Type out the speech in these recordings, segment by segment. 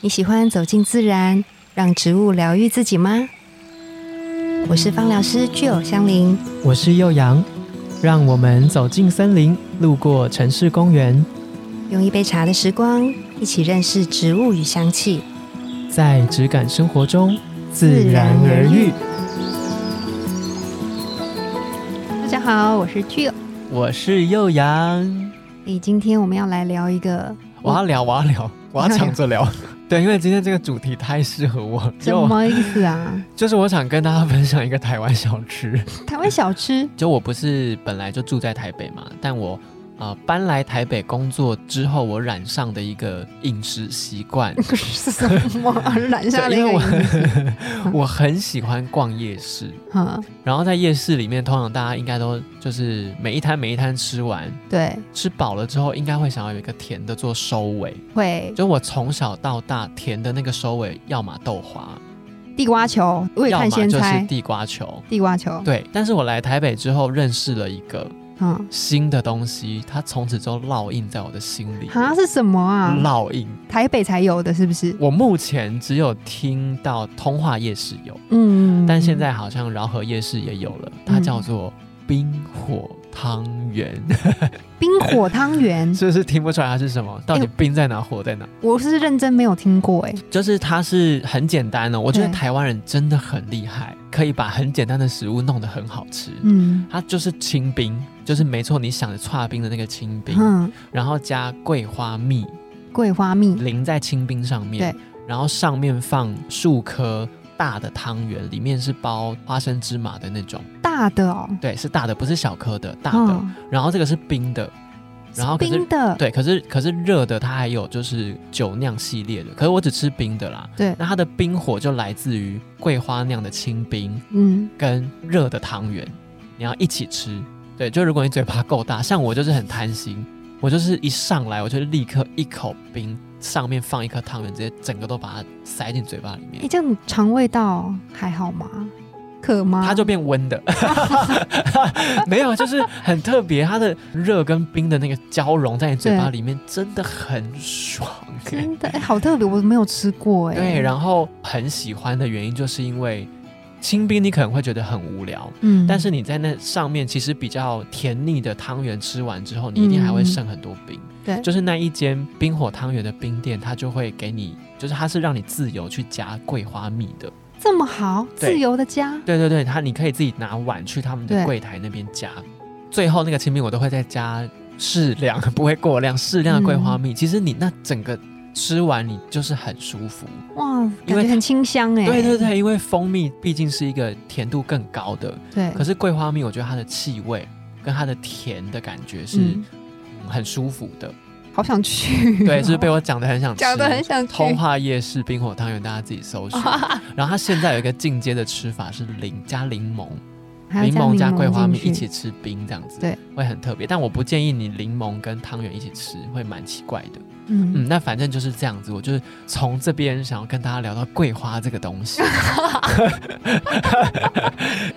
你喜欢走进自然，让植物疗愈自己吗？我是芳疗师具有香林，我是幼阳，让我们走进森林，路过城市公园，用一杯茶的时光，一起认识植物与香气。在质感生活中自然而愈。大家好，我是具有。我是幼阳，诶，哎今天我们要来聊一个我要聊，我要聊，我要抢着聊。 对，因为今天这个主题太适合我，什就么意思啊？就是我想跟大家分享一个台湾小吃。 台湾小吃， 就我不是本来就住在台北嘛，但我呃搬来台北工作之后，我染上的一个饮食习惯，嗯是什么？染下了 对一因为个我影子。我很喜欢逛夜市。嗯，然后在夜市里面，通常大家应该都就是每一摊每一摊吃完，对，吃饱了之后，应该会想要有一个甜的做收尾。会就我从小到大，甜的那个收尾，要么豆花，地瓜球，我也要看么先就是猜地瓜球。地瓜球。对，但是我来台北之后，认识了一个嗯，新的东西，它从此就烙印在我的心里。哈是什么啊？烙印，台北才有的，是不是？我目前只有听到通化夜市有，嗯，但现在好像饶河夜市也有了，它叫做冰火汤圆，冰火汤圆，是不是听不出来它是什哎么？到底冰在哪，火在哪？我是认真没有听过哎、就是它是很简单的、哦我觉得对台湾人真的很厉害，可以把很简单的食物弄得很好吃。嗯它就是清冰，就是没错，你想的串冰的那个清冰，嗯，然后加桂花蜜桂花蜜，淋在清冰上面，对然后上面放数颗大的汤圆，里面是包花生芝麻的那种，大的哦，对，是大的，不是小颗的，大的。嗯，然后这个是冰的，然后可是冰的，对，可是可是热的，它还有就是酒酿系列的，可是我只吃冰的啦。对那它的冰火就来自于桂花酿的清冰嗯，跟热的汤圆，你要一起吃。对，就如果你嘴巴够大，像我就是很贪心，我就是一上来我就立刻一口冰，上面放一颗汤圆，直接整个都把它塞进嘴巴里哎、面，这样你肠胃道还好吗？渴吗？它就变温 的。没有，就是很特别，它的热跟冰的那个交融在你嘴巴对里面，真的很爽、欸。真的哎、好特别，我没有吃过哎、对，然后很喜欢的原因就是因为清冰，你可能会觉得很无聊，嗯但是你在那上面其实比较甜腻的汤圆吃完之后，你一定还会剩很多冰。对就是那一间冰火汤圆的冰店，它就会给你，就是它是让你自由去加桂花蜜的。这么好，对自由的家，对对对，它你可以自己拿碗去他们的对柜台那边加。最后那个清冰我都会再加适量， 不会过量，适量的桂花嗯蜜。其实你那整个吃完，你就是很舒服。哇，因感为觉很清香哎、对对对，因为蜂蜜毕竟是一个甜度更高的，对，可是桂花蜜，我觉得它的气味跟它的甜的感觉是嗯，很舒服 的。好想去、对，就是被我讲的很想 吃。讲的很哦想去， 通化夜市冰火汤圆，大家自己搜 寻。然后它现在有一个进阶的吃法是柠加柠檬，还要柠檬加柠桂花蜜进去一起吃冰这样子，对，会很特别。但我不建议你柠檬跟汤圆一起吃，会蛮奇怪的。嗯嗯，那反正就是这样子，我就是从这边想要跟大家聊到桂花这个东 西，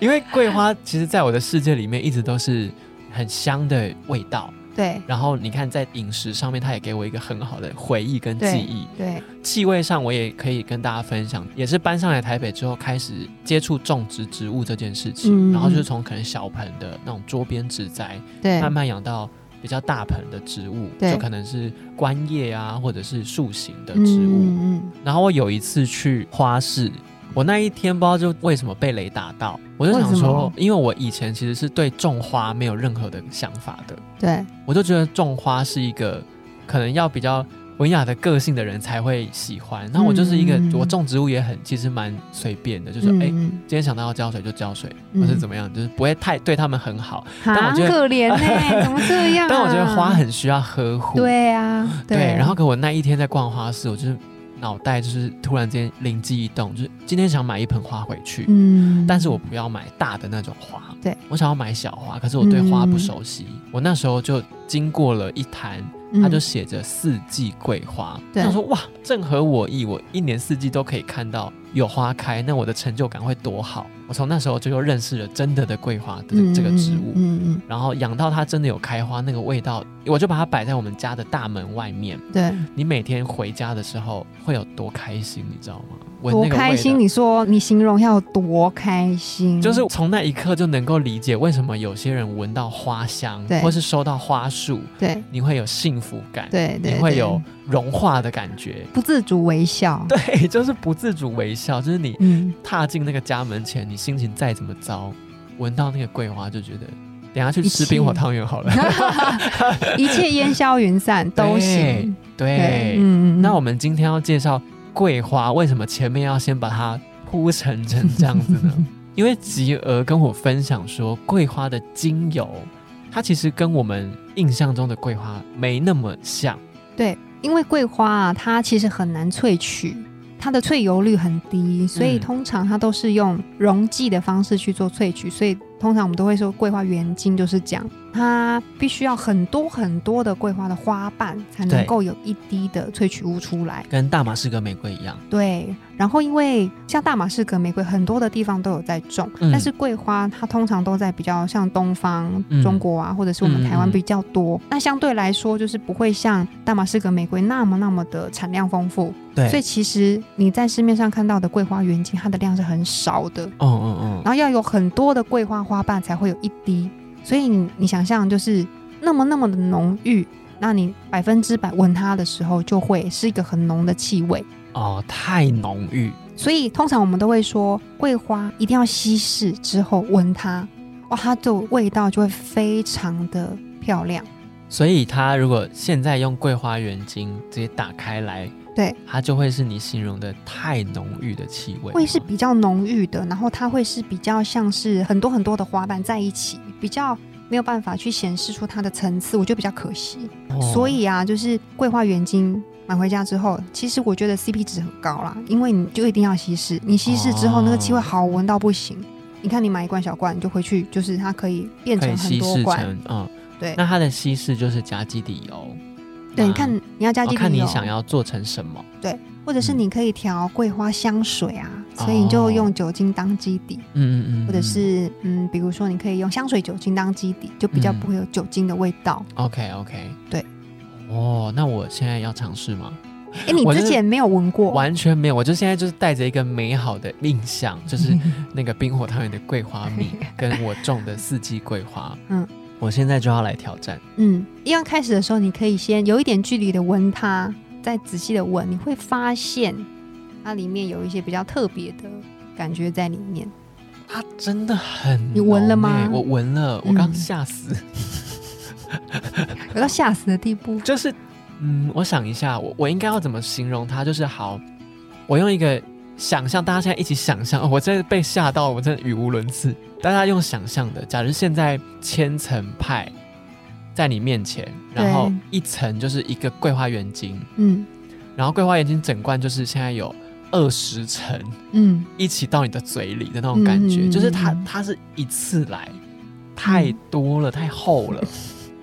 因为桂花其实在我的世界里面一直都是很香的味道。对然后你看，在饮食上面，它也给我一个很好的回忆跟记忆。对，气味上，我也可以跟大家分享，也是搬上来台北之后开始接触种植植物这件事嗯情，然后就是从可能小盆的那种桌边植栽，对慢慢养到比较大盆的植物，对就可能是观叶啊，或者是树形的嗯植物。嗯嗯，然后我有一次去花市，我那一天不知道就为什么被雷打到，我就想为什说么，因为我以前其实是对种花没有任何的想法的，对，我就觉得种花是一个可能要比较。文雅的个性的人才会喜欢，然后我就是一个、嗯嗯嗯嗯我种植物也很其实蛮随便的，就是哎、诶今天想到要浇水就浇水，或是怎么？么样，就是不会太对他们很好。但嗯啊，我觉得可怜呢、怎么这样、啊？但我觉得花很需要呵护，对啊，对然后可我那一天在逛花市，我就是脑袋就是突然间灵机一动，就是今天想买一盆花回去，嗯，但是我不要买大的那种花，对嗯我想要买小花，可是我对花不熟悉。我那时候就经过了一摊，它就嗯写着四季桂花，对我想说哇，正合我意，我一年四季都可以看到有花开，那我的成就感会多好。我从那时候就又认识了真的的桂花的这这个植物，嗯嗯然后养到它真的有开花，那个味道，我就把它摆在我们家的大门外面。嗯，对，你每天回家的时候会有多开心，你知道吗？闻多那个味开心！道你说你形容要多开心，就是从那一刻就能够理解为什么有些人闻到花香对，或是收到花束，对你会有幸福感，对对，你会对有融化的感觉。 不自主微笑，对，就是不自主微笑，就是你嗯，踏进那个家门前，你心情再怎么糟，闻到那个桂花就觉得，等一下去一吃起冰火汤圆好 了。一切烟消云散都行，对，嗯那我们今天要介绍桂花，为什么前面要先把它铺陈成这样子呢？因为吉儿跟我分享说，桂花的精油，它其实跟我们印象中的桂花没那么像。对，因为桂花啊，它其实很难萃取，它的萃油率很低，所以嗯通常它都是用溶剂的方式去做萃取，所以通常我们都会说桂花原精就是讲它必须要很多很多的桂花的花瓣才能对够有一滴的萃取物出来。跟大马士革玫瑰一样，对，然后因为像大马士革玫瑰，很多的地方都有在种，嗯但是桂花它通常都在比较像东方、嗯中国啊，或者是我们台湾嗯嗯嗯比较多。那相对来说，就是不会像大马士革玫瑰那么那么的产量丰富，对所以其实你在市面上看到的桂花原精，它的量是很少的，嗯嗯嗯，然后要有很多的桂花花瓣才会有一滴。所以你你想象就是那么那么的浓郁，那你百分之百闻它的时候，就会是一个很浓的气味。哦，太浓郁，所以通常我们都会说，桂花一定要稀释之后闻它，哇，它的味道就会非常的漂亮。所以它如果现在用桂花原精直接打开来，对，它就会是你形容的太浓郁的气味吗，会是比较浓郁的，然后它会是比较像是很多很多的花瓣在一起，比较没有办法去显示出它的层次，我觉得比较可惜。哦所以啊，就是桂花原精买回家之后，其实我觉得 CP 值很高啦，因为你就一定要稀释，你稀释之后哦那个气味好闻到不行。你看，你买一罐小罐，你就回去，就是它可以变可成以很稀多释罐，成，嗯，对那它的稀释就是加基底油，对，吗你看你要加哦基底油，看你想，要做成什么。或者是嗯你可以调桂花香水啊，哦所以你就用酒精当基底，嗯嗯嗯，或者是嗯，比如说你可以用香水酒精当基底，就比较嗯不会有酒精的味道。 OK OK，对。哦，那我现在要尝试吗？哎、你我之是前没有闻过，完全没有，我就现在就是带着一个美好的印象， 就是那个冰火汤圆的桂花蜜，跟我种的四季桂花。嗯，我现在就要来挑战。嗯，一刚开始的时候，你可以先有一点距离的闻它，再仔细的闻，你会发现它里面有一些比较特别的感觉在里面。它真的很浓欸，你闻了吗我闻了，我刚嗯吓死。有到吓死的地步，就是，嗯，我想一下，我我应该要怎么形容它？就是好，我用一个想象，大家现在一起想象，哦我真的被吓到，我真的语无伦次。大家用想象的，假如现在千层派在你面前，然后一层就是一个桂花原精，嗯然后桂花原精整罐就是现在有二十层嗯，一起到你的嘴里的那种感觉，嗯就是它它是一次来。太多了，太厚了，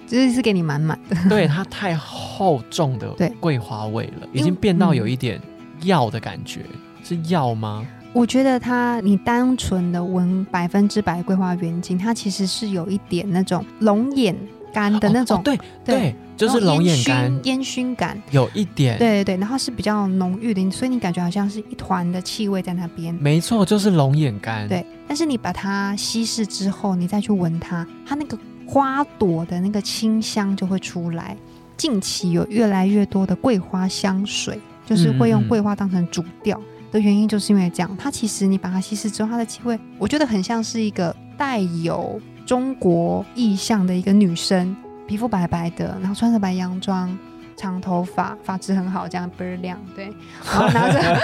就是是给你满满的。对它太厚重的对桂花味了，因为嗯已经变到有一点药的感觉，是药吗？我觉得它，你单纯的闻百分之百桂花原精，它其实是有一点那种龙眼干的那种，哦哦对对对，就是然后龙眼烟干熏烟熏感，有一点，对对对，然后是比较浓郁的，所以你感觉好像是一团的气味在那边。没错，就是龙眼干，对，但是你把它稀释之后，你再去闻它，它那个花朵的那个清香就会出来。近期有越来越多的桂花香水，就是会用嗯嗯嗯桂花当成主调的原因，就是因为这样。它其实你把它稀释之后，它的气味，我觉得很像是一个带有中国意象的一个女生，皮肤白白的，然后穿着白洋装。长头发，发质很好，这样倍儿亮，对，然后拿 着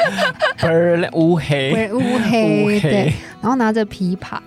倍儿乌黑，乌乌黑，对 黑，，然后拿着琵琶，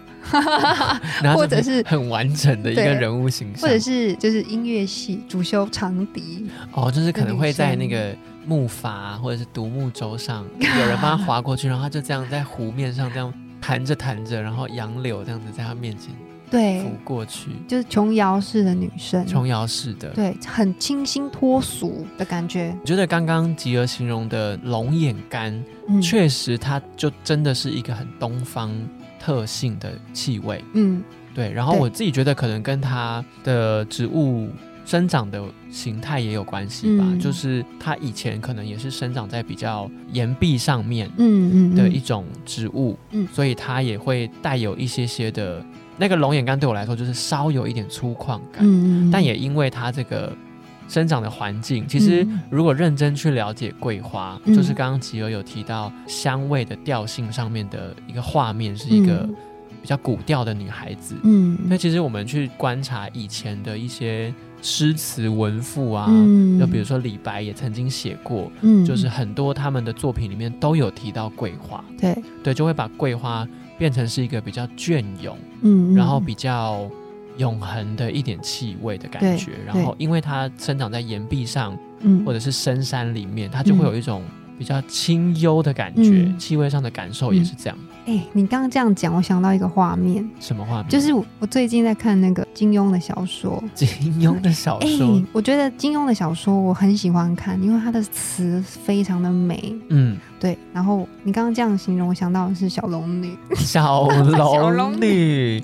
然后或者是很完整的一个对人物形象，或者是就是音乐系主修长笛，哦，就是可能会在女生那个木筏啊或者是独木舟上，有人帮他划过去，然后他就这样在湖面上这样弹着弹着，然后杨柳这样子在他面前对浮，过去，就是琼瑶式的女生，琼瑶式的。对，很清新脱俗的感觉。我觉得刚刚吉儿形容的龙眼干，嗯，确实它就真的是一个很东方特性的气味。嗯，对，然后对我自己觉得可能跟它的植物生长的形态也有关系吧，嗯就是它以前可能也是生长在比较岩壁上面嗯嗯的嗯，一种植物，嗯所以它也会带有一些些的那个龙眼干对我来说就是稍有一点粗犷感，嗯嗯，但也因为它这个生长的环境，其实嗯如果认真去了解桂花，嗯就是刚刚吉儿有提到香味的调性上面的一个画面，是一个比较古调的女孩子。嗯，那、其实我们去观察以前的一些诗词文赋啊，嗯，就比如说李白也曾经写过，嗯，就是很多他们的作品里面都有提到桂花，对，对，就会把桂花变成是一个比较隽永。嗯，嗯然后比较永恒的一点气味的感觉。然后因为它生长在岩壁上嗯或者是深山里面，它就会有一种比较清幽的感觉，嗯气味上的感受也是这样。哎、你刚刚这样讲，我想到一个画面，什么画面？嗯就是我我最近在看那个金庸的小说。 金庸的小哎、哦说，我觉得金庸的小说我很喜欢看，因为它的词非常的美。嗯，对，然后你刚刚这样形容，我想到的是小龙女。 小龙龙女、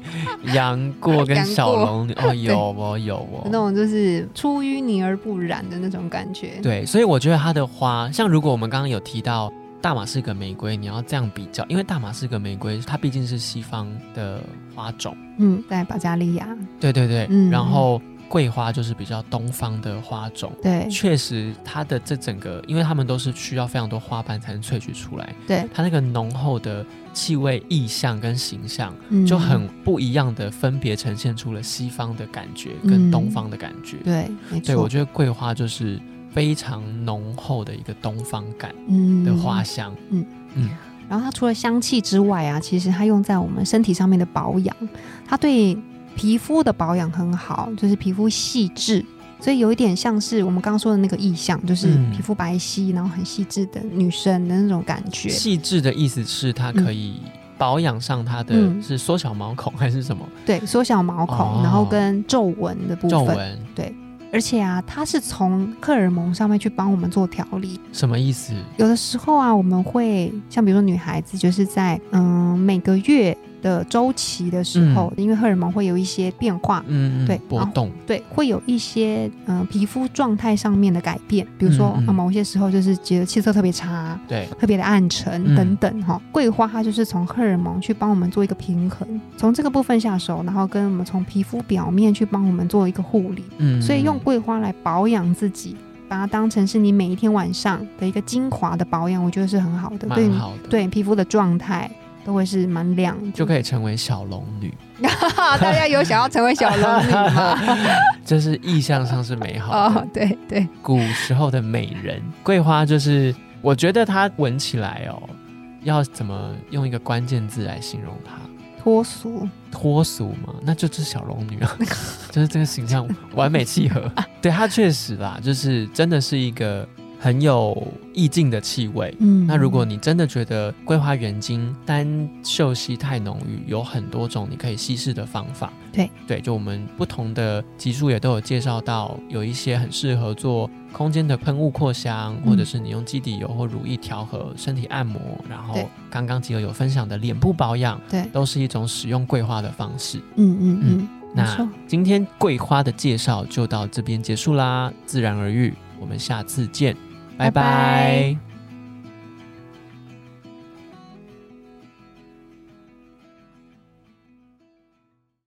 杨过跟杨小过龙女，哦，有哦，有那哦。种就是出淤泥而不染的那种感觉。对，所以我觉得它的花，像如果我们刚刚有提到大马士革玫瑰，你要这样比较，因为大马士革玫瑰它毕竟是西方的花种。嗯，在保加利亚，对对对，嗯然后桂花就是比较东方的花种，对确实它的这整个，因为它们都是需要非常多花瓣才能萃取出来，对，它那个浓厚的气味意象跟形象嗯就很不一样的分别呈现出了西方的感觉嗯跟东方的感觉。对，嗯没对，我错，觉得桂花就是非常浓厚的一个东方感嗯的花香。然后它除了香气之外啊，其实它用在我们身体上面的保养，它对皮肤的保养很好，就是皮肤细致，所以有一点像是我们刚刚说的那个意象，就是嗯皮肤白皙，然后很细致的女生的那种感觉。细致的意思是它可以保养上它的嗯是缩小毛孔还是什么对，缩小毛孔，哦然后跟皱纹的部皱分。纹？而且啊，它是从荷尔蒙上面去帮我们做调理。什么意思？有的时候啊，我们会像比如说女孩子，就是在嗯每个月的周期的时候，因为荷尔蒙会有一些变化，嗯，嗯对波动，对，会有一些嗯、呃皮肤状态上面的改变，比如说、嗯嗯啊某些时候就是觉得气色特别差，对，特别的暗沉嗯等等哈、桂花它就是从荷尔蒙去帮我们做一个平衡，从这个部分下手，然后跟我们从皮肤表面去帮我们做一个护理，嗯所以用桂花来保养自己。把它当成是你每一天晚上的一个精华的保养，我觉得是很好的，对蛮你好的，，对你皮肤的状态都会是蛮亮的。就可以成为小龙女，大家有想要成为小龙女吗？ 这是意象上是美好的哦，，对对，古时候的美人桂花，就是我觉得它闻起来哦，要怎么用一个关键字来形容它？脱俗，脱俗嘛，那就是小龙 女啊，就是这个形象完美契合。对，它确实啦，就是真的是一个很有意境的气味。嗯那如果你真的觉得桂花原精单嗅息太浓郁，有很多种你可以稀释的方法。对对，就我们不同的集数也都有介绍到，有一些很适合做空间的喷雾扩香，嗯或者是你用基底油或乳液调和身体按摩，然后对刚刚吉儿有分享的脸部保养，对都是一种使用桂花的方式。嗯嗯嗯，没那错，今天桂花的介绍就到这边结束啦，自然而愈，我们下次见，拜拜拜拜